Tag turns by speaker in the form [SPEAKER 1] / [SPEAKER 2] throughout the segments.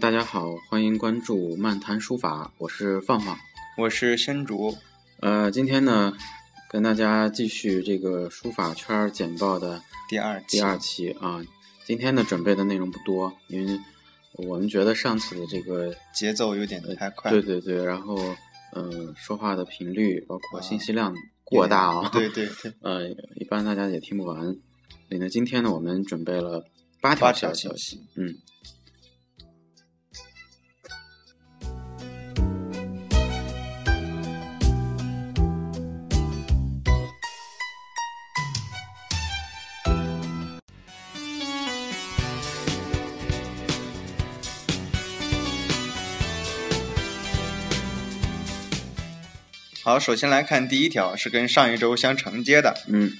[SPEAKER 1] 大家好，欢迎关注漫谈书法，我是放放。
[SPEAKER 2] 我是仙竹，
[SPEAKER 1] 呃，今天呢，跟大家继续这个书法圈儿简报的
[SPEAKER 2] 第二期，
[SPEAKER 1] 第二期啊。今天呢，准备的内容不多，因为我们觉得上次的这个
[SPEAKER 2] 节奏有点太快，
[SPEAKER 1] 呃对对对，然后嗯、呃说话的频率包括信息量过大啊、
[SPEAKER 2] 啊对对对，
[SPEAKER 1] 呃，一般大家也听不完。所以呢，今天呢，我们准备了八条
[SPEAKER 2] 八
[SPEAKER 1] 小
[SPEAKER 2] 条
[SPEAKER 1] 消
[SPEAKER 2] 信
[SPEAKER 1] 息。
[SPEAKER 2] 息，
[SPEAKER 1] 嗯。
[SPEAKER 2] 好，首先来看第一条，是跟上一周相承接的。
[SPEAKER 1] 嗯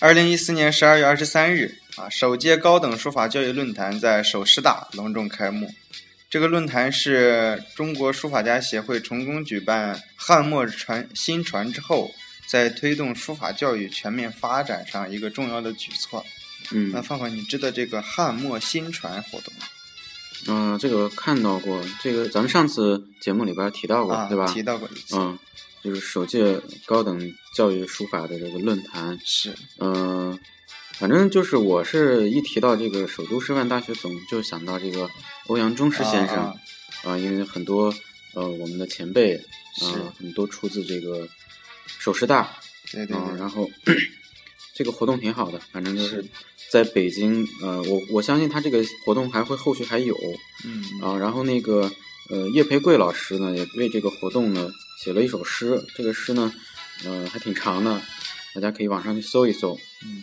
[SPEAKER 2] 二零一四年十二月二十三日，啊，首届高等书法教育论坛在首师大隆重开幕。这个论坛是中国书法家协会成功举办汉墨传新传之后，在推动书法教育全面发展上一个重要的举措。
[SPEAKER 1] 嗯
[SPEAKER 2] 那范范，你知道这个汉墨新传活动吗？
[SPEAKER 1] 啊、这个看到过，这个咱们上次节目里边提到过，
[SPEAKER 2] 啊，
[SPEAKER 1] 对吧？
[SPEAKER 2] 提到过一次，
[SPEAKER 1] 嗯，就是首届高等教育书法的这个论坛，
[SPEAKER 2] 是
[SPEAKER 1] 嗯、反正就是我是一提到这个首都师范大学，总就想到这个欧阳中师先生
[SPEAKER 2] 啊啊
[SPEAKER 1] 啊因为很多呃我们的前辈啊、
[SPEAKER 2] 是
[SPEAKER 1] 很多出自这个首师大，
[SPEAKER 2] 对对
[SPEAKER 1] 嗯、
[SPEAKER 2] 对，
[SPEAKER 1] 然后 这个活动挺好的，反正就是
[SPEAKER 2] 是
[SPEAKER 1] 在北京，呃，我我相信他这个活动还会后续还有。
[SPEAKER 2] 嗯，嗯
[SPEAKER 1] 啊，然后那个呃，叶培贵老师呢，也为这个活动呢写了一首诗，这个诗呢，呃，还挺长的，大家可以网上去搜一搜。
[SPEAKER 2] 嗯。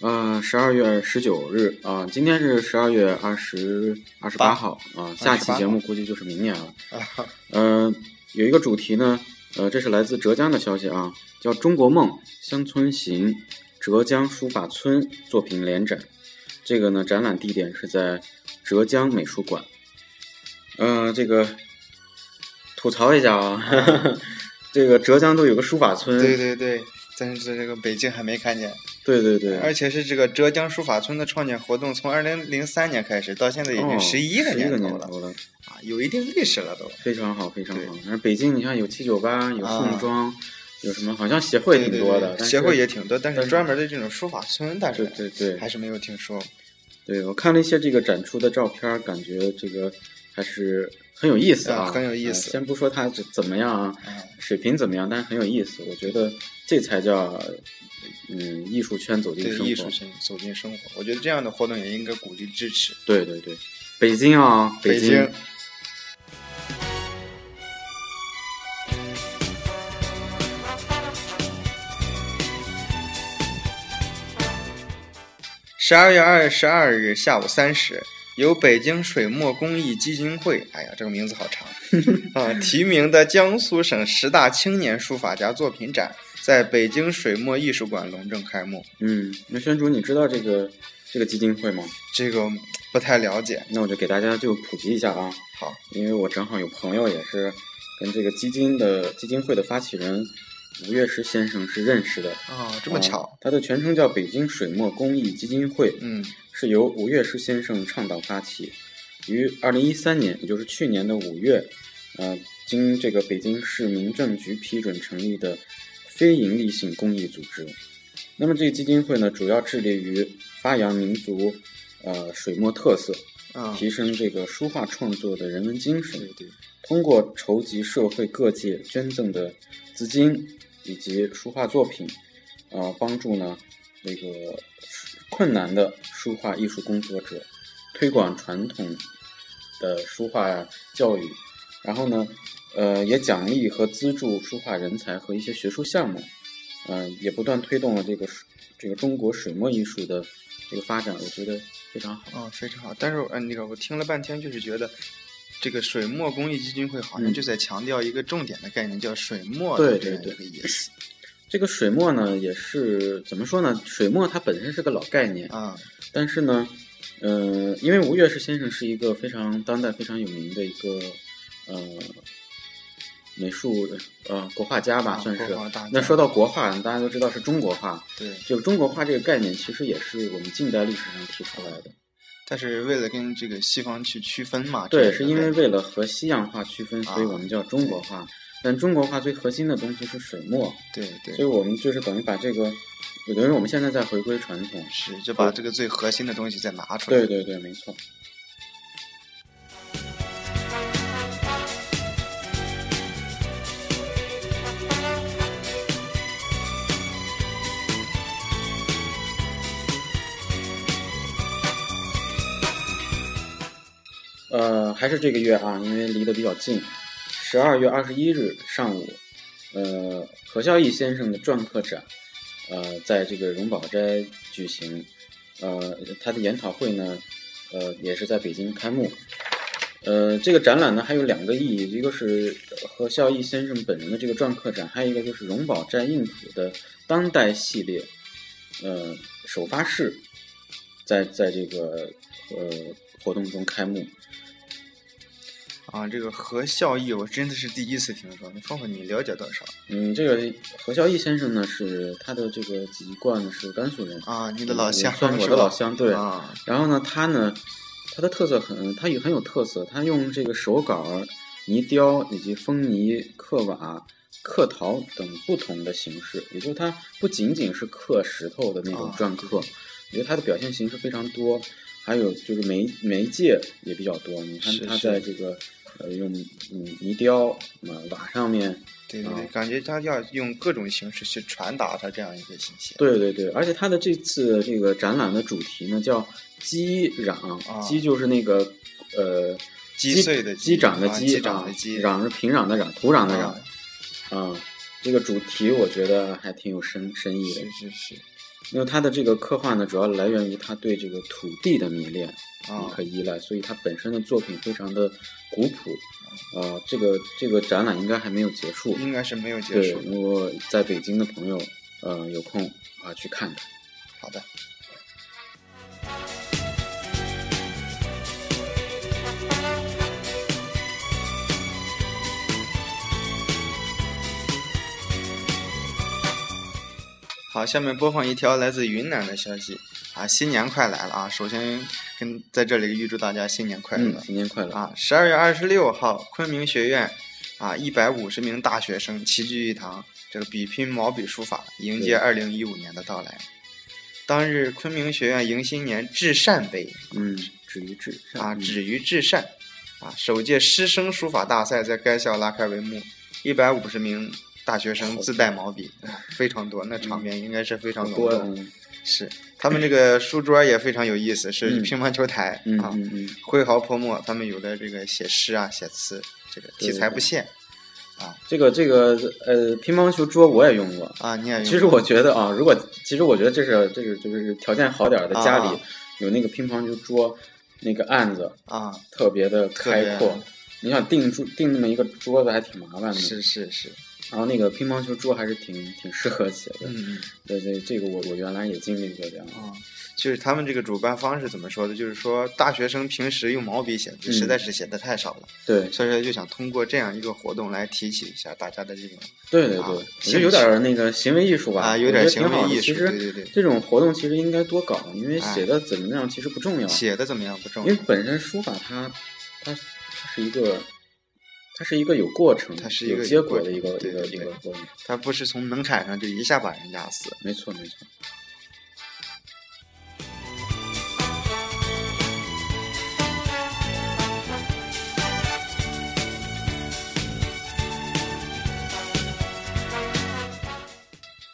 [SPEAKER 1] 呃，十二月十九日啊、今天是十二月二十二十八号啊、下期
[SPEAKER 2] 28
[SPEAKER 1] 节
[SPEAKER 2] 号
[SPEAKER 1] 目估计就是明年了。
[SPEAKER 2] 啊哈
[SPEAKER 1] 呃，有一个主题呢，呃，这是来自浙江的消息啊，叫《中国梦乡村行》，浙江书法村作品联展。这个呢，展览地点是在浙江美术馆。呃，这个吐槽一下啊， 这个浙江都有个书法村，
[SPEAKER 2] 对对对，但是这个北京还没看见，
[SPEAKER 1] 对对对
[SPEAKER 2] 而且是这个浙江书法村的创建活动，从二零零三年开始，到现在已经十一
[SPEAKER 1] 哦个
[SPEAKER 2] 个
[SPEAKER 1] 年
[SPEAKER 2] 年头了、
[SPEAKER 1] 头了，
[SPEAKER 2] 啊，有一定历史了都。
[SPEAKER 1] 非常好，非常
[SPEAKER 2] 对
[SPEAKER 1] 好。反正北京，你看有七九八，有
[SPEAKER 2] 啊
[SPEAKER 1] 宋庄，有什么好像协会挺多的，
[SPEAKER 2] 对对
[SPEAKER 1] 但
[SPEAKER 2] 对
[SPEAKER 1] 是
[SPEAKER 2] 协会也挺多，
[SPEAKER 1] 但
[SPEAKER 2] 但是
[SPEAKER 1] 是
[SPEAKER 2] 专门的这种书法村，但
[SPEAKER 1] 对
[SPEAKER 2] 是
[SPEAKER 1] 对对，
[SPEAKER 2] 还是没有听说。
[SPEAKER 1] 对，我看了一些这个展出的照片儿，感觉这个还是很有意思啊，
[SPEAKER 2] 啊很有意思
[SPEAKER 1] 呃先不说它怎怎么样啊，
[SPEAKER 2] 啊，
[SPEAKER 1] 水平怎么样，但是很有意思。我觉得这才叫嗯，艺术圈走进
[SPEAKER 2] 对
[SPEAKER 1] 生活。
[SPEAKER 2] 艺术性走进生活，我觉得这样的活动也应该鼓励支持。
[SPEAKER 1] 对对对，北京啊，
[SPEAKER 2] 北
[SPEAKER 1] 京。
[SPEAKER 2] 京十二月二十二日下午三时，由北京水墨工艺基金会（哎呀，这个名字好 长啊）提名的江苏省十大青年书法家作品展在北京水墨艺术馆隆重开幕。
[SPEAKER 1] 嗯，那宣主，你知道这个这个基金会吗？
[SPEAKER 2] 这个不太了解，
[SPEAKER 1] 那我就给大家就普及一下啊，
[SPEAKER 2] 好，
[SPEAKER 1] 因为我正好有朋友也是跟这个基金的基金会的发起人吴月石先生是认识的。
[SPEAKER 2] 啊，这么
[SPEAKER 1] 啊
[SPEAKER 2] 巧，
[SPEAKER 1] 它的全称叫北京水墨工艺基金会，
[SPEAKER 2] 嗯
[SPEAKER 1] 是由吴越师先生倡导发起，于二零一三年，也就是去年的五月，呃，经这个北京市民政局批准成立的非营利性公益组织。那么这个基金会呢，主要致力于发扬民族呃水墨特色，
[SPEAKER 2] 啊，
[SPEAKER 1] 提升这个书画创作的人文精神。
[SPEAKER 2] 对对，
[SPEAKER 1] 通过筹集社会各界捐赠的资金以及书画作品，呃，帮助呢那个困难的书画艺术工作者推广传统的书画教育，然后呢，呃，也奖励和资助书画人才和一些学术项目，呃，也不断推动了这个水这个中国水墨艺术的这个发展，我觉得非常好。
[SPEAKER 2] 啊，非常好。但是我，嗯，那个我听了半天，就是觉得这个水墨工艺基金会好像
[SPEAKER 1] 嗯
[SPEAKER 2] 就在强调一个重点的概念，叫水墨
[SPEAKER 1] 对
[SPEAKER 2] 的这
[SPEAKER 1] 对
[SPEAKER 2] 样
[SPEAKER 1] 对
[SPEAKER 2] 一个意思
[SPEAKER 1] 这个水墨呢，也是怎么说呢？水墨它本身是个老概念，
[SPEAKER 2] 啊，
[SPEAKER 1] 但是呢，呃，因为吴越士先生是一个非常当代非常有名的一个呃美术呃国画家吧，
[SPEAKER 2] 啊
[SPEAKER 1] 算是
[SPEAKER 2] 国画大。
[SPEAKER 1] 那
[SPEAKER 2] 家
[SPEAKER 1] 说到国画，大家都知道是中国画，
[SPEAKER 2] 对，
[SPEAKER 1] 这个中国画这个概念其实也是我们近代历史上提出来的。
[SPEAKER 2] 但是为了跟这个西方去区分嘛，
[SPEAKER 1] 对，
[SPEAKER 2] 这
[SPEAKER 1] 是
[SPEAKER 2] 个
[SPEAKER 1] 因为
[SPEAKER 2] 概
[SPEAKER 1] 为了和西洋画区分，所以
[SPEAKER 2] 啊
[SPEAKER 1] 我们叫中国画。但中国画最核心的东西是水墨，
[SPEAKER 2] 对
[SPEAKER 1] 所以
[SPEAKER 2] 对
[SPEAKER 1] 我们就是等于把这个，等于我们现在在回归传统。
[SPEAKER 2] 是就把这个最核心的东西再拿出来。
[SPEAKER 1] 对对对，没错。呃，还是这个月啊，因为离得比较近，十二月二十一日上午，呃，何孝义先生的篆刻展，呃，在这个荣宝斋举行。呃，他的研讨会呢，呃，也是在北京开幕。呃，这个展览呢还有两个意义，一个是何孝义先生本人的这个篆刻展，还有一个就是荣宝斋印谱的当代系列，呃，首发式在在这个呃活动中开幕。
[SPEAKER 2] 啊，这个核效益我真的是第一次听说，那凤凤你了解多少
[SPEAKER 1] 嗯，这个何孝义先生呢是他的这个籍贯是甘肃人，
[SPEAKER 2] 啊？你的老乡
[SPEAKER 1] 算嗯 我
[SPEAKER 2] 是
[SPEAKER 1] 的
[SPEAKER 2] 吧
[SPEAKER 1] 老乡，对。
[SPEAKER 2] 啊，
[SPEAKER 1] 然后呢，他呢，他的特色很，他也很有特色。他用这个手稿儿、泥雕以及风泥、刻瓦、刻陶等不同的形式，也就是他不仅仅是刻石头的那种
[SPEAKER 2] 啊
[SPEAKER 1] 篆刻，我觉得他的表现形式非常多。还有就是媒媒介也比较多，你看
[SPEAKER 2] 是
[SPEAKER 1] 他
[SPEAKER 2] 是
[SPEAKER 1] 在这个呃用嗯泥雕嘛瓦上面，
[SPEAKER 2] 对对对，
[SPEAKER 1] 啊
[SPEAKER 2] 感觉他要用各种形式去传达他这样一个信息。
[SPEAKER 1] 对对对，而且他的这次这个展览的主题呢叫“鸡壤”，
[SPEAKER 2] 啊
[SPEAKER 1] 鸡就是那个呃
[SPEAKER 2] 鸡碎的
[SPEAKER 1] 鸡
[SPEAKER 2] 鸡
[SPEAKER 1] 长的
[SPEAKER 2] 啊
[SPEAKER 1] 鸡，
[SPEAKER 2] 鸡长的
[SPEAKER 1] 啊
[SPEAKER 2] 鸡
[SPEAKER 1] 壤是平壤的壤，土壤的
[SPEAKER 2] 啊，
[SPEAKER 1] 壤啊。这个主题我觉得还挺有深深意的
[SPEAKER 2] 是，是是
[SPEAKER 1] 因为他的这个刻画呢，主要来源于他对这个土地的迷恋
[SPEAKER 2] 啊
[SPEAKER 1] 和依赖，所以他本身的作品非常的古朴。呃，这个这个展览应该还没有结束，
[SPEAKER 2] 啊应该是没有结
[SPEAKER 1] 对，
[SPEAKER 2] 束的。
[SPEAKER 1] 如果在北京的朋友，呃，有空啊去看看。
[SPEAKER 2] 好的，好，下面播放一条来自云南的消息啊，新年快来了啊！首先跟在这里预祝大家新年快乐。
[SPEAKER 1] 嗯，新年快乐！
[SPEAKER 2] 啊，十二月二十六号，昆明学院啊，一百五十名大学生齐聚一堂，这个比拼毛笔书法，迎接二零一五年的到来。当日，昆明学院迎新年至善杯
[SPEAKER 1] 嗯，止于至善
[SPEAKER 2] 啊，
[SPEAKER 1] 嗯
[SPEAKER 2] 止于至善啊，首届师生书法大赛在该校拉开帷幕，一百五十名大学生自带毛笔，啊非常多，那场面应该是非常
[SPEAKER 1] 好
[SPEAKER 2] 隆
[SPEAKER 1] 多呀
[SPEAKER 2] 重。
[SPEAKER 1] 嗯
[SPEAKER 2] 是，他们这个书桌也非常有意思，是
[SPEAKER 1] 嗯
[SPEAKER 2] 乒乓球台、
[SPEAKER 1] 嗯
[SPEAKER 2] 啊。
[SPEAKER 1] 嗯嗯，
[SPEAKER 2] 挥毫泼墨，他们有的这个写诗啊、写词，这个题材不限
[SPEAKER 1] 这个这个呃，乒乓球桌我也用过。
[SPEAKER 2] 啊。你也 用
[SPEAKER 1] 其实我觉得啊，如果其实我觉得这是这是就是条件好点儿的
[SPEAKER 2] 啊
[SPEAKER 1] 家里有那个乒乓球桌，那个案子
[SPEAKER 2] 啊，
[SPEAKER 1] 特别的
[SPEAKER 2] 特别
[SPEAKER 1] 开
[SPEAKER 2] 啊
[SPEAKER 1] 阔。你想定住定那么一个桌子还挺麻烦的，
[SPEAKER 2] 是是是，
[SPEAKER 1] 然后那个乒乓球桌还是挺挺适合写的。
[SPEAKER 2] 嗯
[SPEAKER 1] 对对，这个我我原来也经历过这样
[SPEAKER 2] 嗯。啊，就是他们这个主办方是怎么说的？就是说大学生平时用毛笔写字，
[SPEAKER 1] 嗯
[SPEAKER 2] 实在是写的太少了，
[SPEAKER 1] 对
[SPEAKER 2] 所以说就想通过这样一个活动来提起一下大家的这种
[SPEAKER 1] 对对对，
[SPEAKER 2] 啊
[SPEAKER 1] 我觉得有点儿那个行为艺术吧，
[SPEAKER 2] 啊，
[SPEAKER 1] 我
[SPEAKER 2] 有
[SPEAKER 1] 觉得
[SPEAKER 2] 点行
[SPEAKER 1] 挺好
[SPEAKER 2] 为
[SPEAKER 1] 的
[SPEAKER 2] 艺术。
[SPEAKER 1] 其实
[SPEAKER 2] 对对对，
[SPEAKER 1] 这种活动其实应该多搞，因为
[SPEAKER 2] 哎
[SPEAKER 1] 写的怎么样其实不重要，
[SPEAKER 2] 写的怎么样不重
[SPEAKER 1] 嗯因为
[SPEAKER 2] 要，
[SPEAKER 1] 本身书法它它它是一个它是一个有过程，
[SPEAKER 2] 它是一
[SPEAKER 1] 有
[SPEAKER 2] 个
[SPEAKER 1] 结
[SPEAKER 2] 有
[SPEAKER 1] 果
[SPEAKER 2] 过
[SPEAKER 1] 的一个
[SPEAKER 2] 程对
[SPEAKER 1] 一个
[SPEAKER 2] 对
[SPEAKER 1] 一个
[SPEAKER 2] 对
[SPEAKER 1] 过程，
[SPEAKER 2] 他不是从门槛上就一下把人压死。
[SPEAKER 1] 没错没错。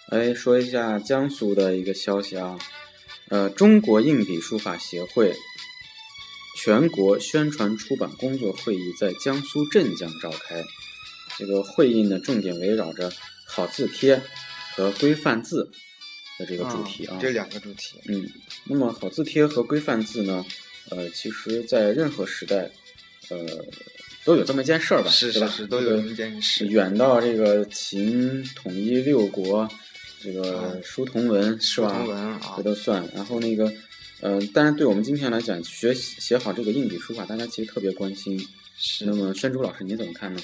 [SPEAKER 1] 来哎说一下江苏的一个消息啊，呃，中国硬笔书法协会全国宣传出版工作会议在江苏镇江召开。这个会议呢，重点围绕着好字帖和规范字的这个主题啊。
[SPEAKER 2] 这两个主题
[SPEAKER 1] 嗯，那么好字帖和规范字呢，呃，其实在任何时代，呃，都有这么一件事儿吧，
[SPEAKER 2] 是
[SPEAKER 1] 对吧
[SPEAKER 2] 是是，都
[SPEAKER 1] 这
[SPEAKER 2] 有
[SPEAKER 1] 个
[SPEAKER 2] 民间事，
[SPEAKER 1] 远到这个秦统一六国，这个
[SPEAKER 2] 啊
[SPEAKER 1] 书同文、是
[SPEAKER 2] 书
[SPEAKER 1] 吧？
[SPEAKER 2] 同文啊
[SPEAKER 1] 这，都算。然后那个，嗯、当然对我们今天来讲，学写好这个硬笔书法，大家其实特别关心。
[SPEAKER 2] 是
[SPEAKER 1] 那么宣竹老师您怎么看呢？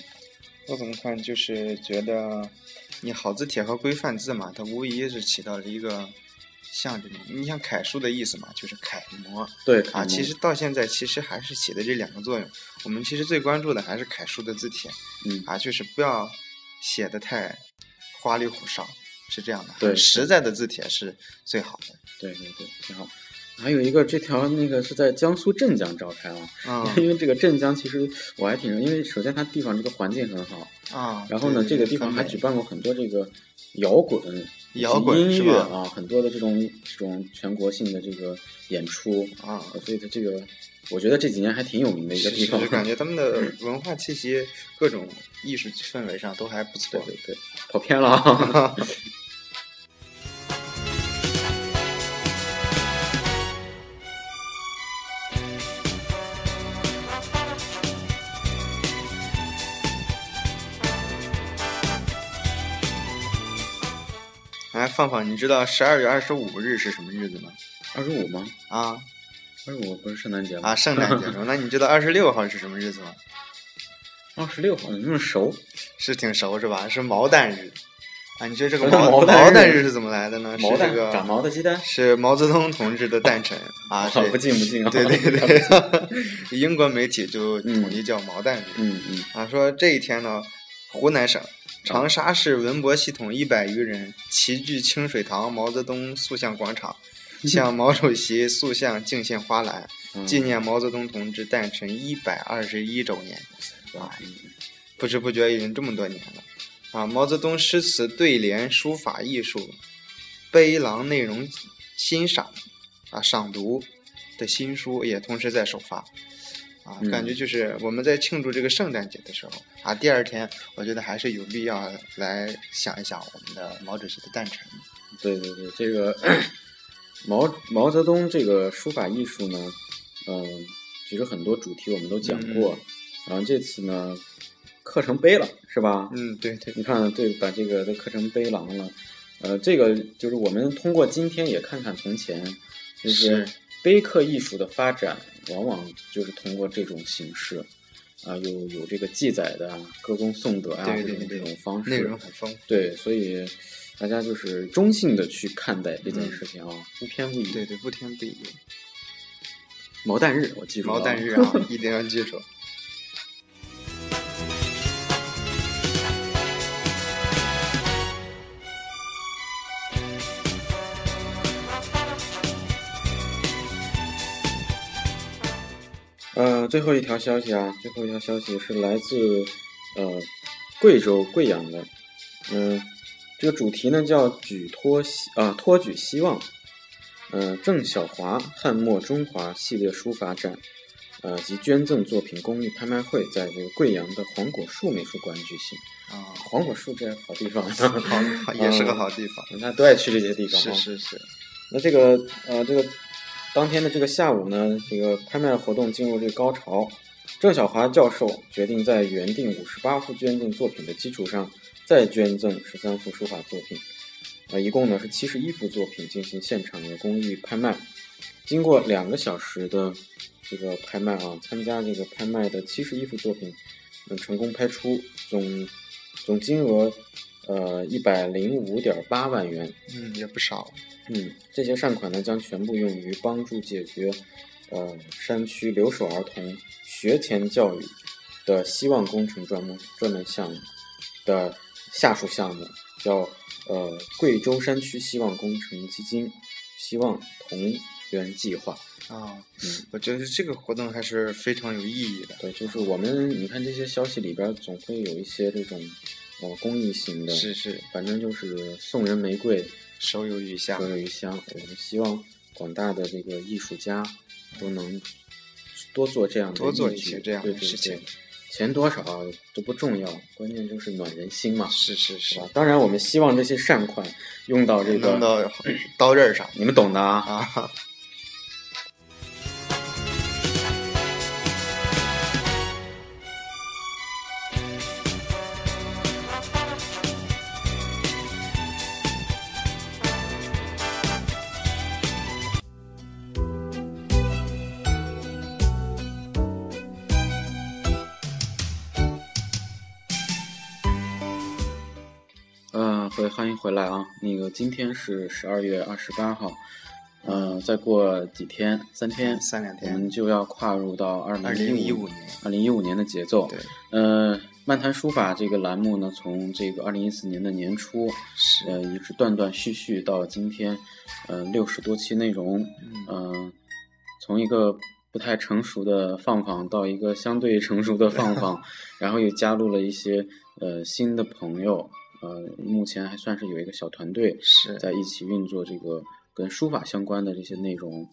[SPEAKER 2] 我怎么看就是觉得，你好字帖和规范字嘛，它无疑是起到了一个象征。你像楷书的意思嘛，就是楷模
[SPEAKER 1] 对
[SPEAKER 2] 啊。其实到现在其实还是起的这两个作用。我们其实最关注的还是楷书的字帖
[SPEAKER 1] 嗯
[SPEAKER 2] 啊，就是不要写的太花里胡哨，是这样的。
[SPEAKER 1] 对
[SPEAKER 2] 很实在的字帖是最好的。
[SPEAKER 1] 对对对，挺好。还有一个，这条那个是在江苏镇江召开啊，
[SPEAKER 2] 嗯
[SPEAKER 1] 因为这个镇江其实我还挺，因为首先它地方这个环境很好，
[SPEAKER 2] 啊。
[SPEAKER 1] 然后呢，
[SPEAKER 2] 对
[SPEAKER 1] 这个地方还举办过很多这个摇滚、
[SPEAKER 2] 摇滚
[SPEAKER 1] 以及
[SPEAKER 2] 是
[SPEAKER 1] 音乐
[SPEAKER 2] 吧
[SPEAKER 1] 啊，很多的这种这种全国性的这个演出，
[SPEAKER 2] 啊，
[SPEAKER 1] 呃所以它这个我觉得这几年还挺有名的一个
[SPEAKER 2] 是
[SPEAKER 1] 地
[SPEAKER 2] 是
[SPEAKER 1] 方
[SPEAKER 2] 是，， 感觉他们的文化气息、各种艺术氛围上都还不错
[SPEAKER 1] 对。对对，跑偏了啊。
[SPEAKER 2] 哎，放放，你知道十二月二十五日是什么日子吗？
[SPEAKER 1] 二十五吗？
[SPEAKER 2] 啊
[SPEAKER 1] 二十五不是圣诞节吗？
[SPEAKER 2] 啊，圣诞节是 吧？那你知道二十六号是什么日子吗？
[SPEAKER 1] 二哦十六号，你那么熟？
[SPEAKER 2] 是挺熟是吧？是毛蛋日。啊，你觉得这个
[SPEAKER 1] 毛
[SPEAKER 2] 毛
[SPEAKER 1] 蛋日
[SPEAKER 2] 蛋日是怎么来的呢？
[SPEAKER 1] 毛
[SPEAKER 2] 啊是
[SPEAKER 1] 蛋
[SPEAKER 2] 这
[SPEAKER 1] 长
[SPEAKER 2] 个
[SPEAKER 1] 毛的鸡蛋？
[SPEAKER 2] 是毛泽东同志的诞辰啊，
[SPEAKER 1] 啊
[SPEAKER 2] 是，
[SPEAKER 1] 不近不近啊！
[SPEAKER 2] 对对对，英国媒体就统一叫毛蛋日。
[SPEAKER 1] 嗯嗯，
[SPEAKER 2] 啊，说这一天呢，湖南省长沙市文博系统一百余人齐聚清水塘毛泽东塑像广场，向毛主席塑像敬献花篮，
[SPEAKER 1] 嗯
[SPEAKER 2] 纪念毛泽东同志诞辰一百二十一周年。
[SPEAKER 1] 哇嗯
[SPEAKER 2] 不知不觉已经这么多年了，啊，毛泽东诗词对联、书法艺术、碑廊内容欣赏啊赏读的新书也同时在首发，啊，
[SPEAKER 1] 嗯
[SPEAKER 2] 感觉就是我们在庆祝这个圣诞节的时候啊，第二天我觉得还是有必要来想一想我们的毛主席的诞辰。
[SPEAKER 1] 对对对，这个 毛毛泽东这个书法艺术呢，嗯、其实很多主题我们都讲过，
[SPEAKER 2] 嗯
[SPEAKER 1] 然后这次呢，课程背了是吧？
[SPEAKER 2] 嗯，对对，
[SPEAKER 1] 你看，对，把这个的课程背狼了，呃，这个就是我们通过今天也看看从前，就是
[SPEAKER 2] 是
[SPEAKER 1] 碑刻艺术的发展，往往就是通过这种形式，啊、有有这个记载的啊，歌功颂德啊，
[SPEAKER 2] 对对
[SPEAKER 1] 这种
[SPEAKER 2] 对
[SPEAKER 1] 这种方式，
[SPEAKER 2] 内容很丰富。
[SPEAKER 1] 对，所以大家就是中性的去看待这件事情啊，不偏不倚。
[SPEAKER 2] 嗯对，对，不偏不倚。
[SPEAKER 1] 毛蛋日我记住了。
[SPEAKER 2] 毛蛋日啊，一定要记住。
[SPEAKER 1] 呃，最后一条消息啊，最后一条消息是来自呃贵州贵阳的，嗯、这个主题呢叫举托希啊、托举希望，呃，郑晓华翰墨中华系列书法展，呃及捐赠作品公益拍卖会在这个贵阳的黄果树美术馆举行。
[SPEAKER 2] 啊，
[SPEAKER 1] 黄果树这 好地方，啊
[SPEAKER 2] 好，好也哦是个好地方。
[SPEAKER 1] 大家都爱去这些地方哈。啊
[SPEAKER 2] 是是是，
[SPEAKER 1] 那这个呃，这个当天的这个下午呢，这个拍卖活动进入这个高潮，郑晓华教授决定在原定五十八幅捐赠作品的基础上，再捐赠十三幅书法作品，呃，一共呢是七十一幅作品进行现场的公益拍卖。经过两个小时的这个拍卖啊，参加这个拍卖的七十一幅作品，嗯，成功拍出总总金额呃一百零五点八万元，
[SPEAKER 2] 嗯，也不少。
[SPEAKER 1] 嗯，这些善款呢将全部用于帮助解决，呃，山区留守儿童学前教育的希望工程专门专门项目的下属项目，叫呃贵州山区希望工程基金希望同源计划。
[SPEAKER 2] 啊，
[SPEAKER 1] 嗯
[SPEAKER 2] 我觉得这个活动还是非常有意义的。
[SPEAKER 1] 对，就是我们你看这些消息里边儿总会有一些这种呃公益型的，
[SPEAKER 2] 是是，
[SPEAKER 1] 反正就是送人玫瑰，
[SPEAKER 2] 手有余香
[SPEAKER 1] 各。位乡，我们呃希望广大的这个艺术家都能多做这样的
[SPEAKER 2] 多做
[SPEAKER 1] 义
[SPEAKER 2] 一些
[SPEAKER 1] 举
[SPEAKER 2] 这样
[SPEAKER 1] 对
[SPEAKER 2] 的
[SPEAKER 1] 对
[SPEAKER 2] 事
[SPEAKER 1] 对
[SPEAKER 2] 情
[SPEAKER 1] 钱多少都不重要，关键就是暖人心嘛，
[SPEAKER 2] 是是
[SPEAKER 1] 是
[SPEAKER 2] 是
[SPEAKER 1] 吧，？当然，我们希望这些善款用到这 个，
[SPEAKER 2] 弄到刀刃上
[SPEAKER 1] 你们懂的啊。
[SPEAKER 2] 啊。
[SPEAKER 1] 回呃欢迎回来啊！那个今天是十二月二十八号，嗯、再过几天，三天，
[SPEAKER 2] 三两
[SPEAKER 1] 我
[SPEAKER 2] 天，
[SPEAKER 1] 们就要跨入到二
[SPEAKER 2] 二
[SPEAKER 1] 零
[SPEAKER 2] 零一
[SPEAKER 1] 一五
[SPEAKER 2] 五年，
[SPEAKER 1] 二零一五年的节奏。
[SPEAKER 2] 对，
[SPEAKER 1] 呃，漫谈书法这个栏目呢，从这个二零一四年的年初，
[SPEAKER 2] 是，
[SPEAKER 1] 呃，一直断断续续到今天，呃，六十多期内容，
[SPEAKER 2] 嗯，
[SPEAKER 1] 嗯，从一个不太成熟的放放到一个相对成熟的放放，然后又加入了一些呃新的朋友，呃，目前还算是有一个小团队
[SPEAKER 2] 是，
[SPEAKER 1] 在一起运作这个跟书法相关的这些内容。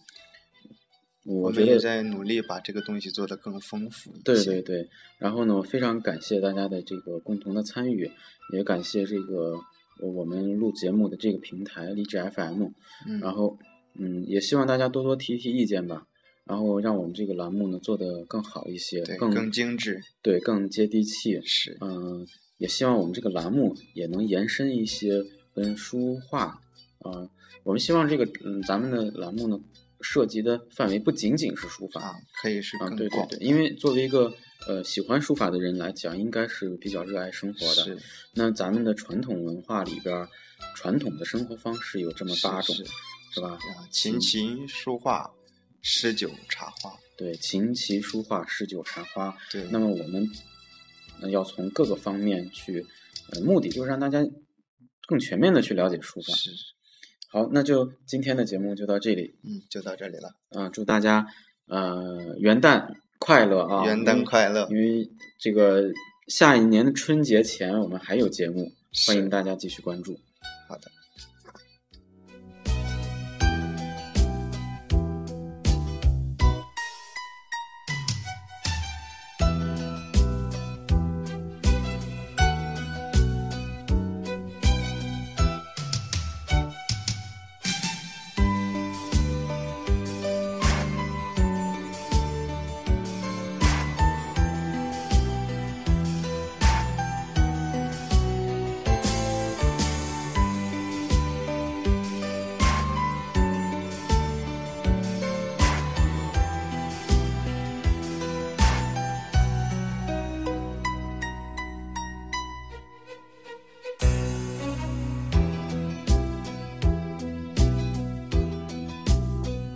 [SPEAKER 2] 我
[SPEAKER 1] 我觉
[SPEAKER 2] 们也
[SPEAKER 1] 得
[SPEAKER 2] 在努力把这个东西做得更丰富一
[SPEAKER 1] 对对，
[SPEAKER 2] 些
[SPEAKER 1] 对，然后呢，我非常感谢大家的这个共同的参与，也感谢这个呃我们录节目的这个平台荔枝 FM。
[SPEAKER 2] 嗯，
[SPEAKER 1] 然后，嗯，也希望大家多多提提意见吧，然后让我们这个栏目呢做得更好一些，
[SPEAKER 2] 对
[SPEAKER 1] 更
[SPEAKER 2] 更精致，
[SPEAKER 1] 对更接地气。
[SPEAKER 2] 是，
[SPEAKER 1] 嗯、也希望我们这个栏目也能延伸一些跟书画啊、呃我们希望这个嗯咱们的栏目呢涉及的范围不仅仅是书法
[SPEAKER 2] 啊，可以是
[SPEAKER 1] 啊、
[SPEAKER 2] 更
[SPEAKER 1] 对对
[SPEAKER 2] 广，嗯
[SPEAKER 1] 对，因为作为一个呃喜欢书法的人来讲，应该是比较热爱生活的。
[SPEAKER 2] 是，
[SPEAKER 1] 那咱们的传统文化里边儿，传统的生活方式有这么八种，
[SPEAKER 2] 是
[SPEAKER 1] 是吧？
[SPEAKER 2] 啊，琴棋书画、诗酒茶花，
[SPEAKER 1] 对，琴棋书画诗酒茶花。
[SPEAKER 2] 对，
[SPEAKER 1] 那么我们呃要从各个方面去，呃，目的就是让大家更全面的去了解书法。
[SPEAKER 2] 是，
[SPEAKER 1] 好，那就今天的节目就到这里
[SPEAKER 2] 嗯，就到这里了，
[SPEAKER 1] 啊、祝大家呃元旦快乐啊！
[SPEAKER 2] 元
[SPEAKER 1] 因
[SPEAKER 2] 旦
[SPEAKER 1] 为
[SPEAKER 2] 快乐，
[SPEAKER 1] 因为这个下一年的春节前我们还有节目，欢
[SPEAKER 2] 是
[SPEAKER 1] 迎大家继续关注。
[SPEAKER 2] 好的，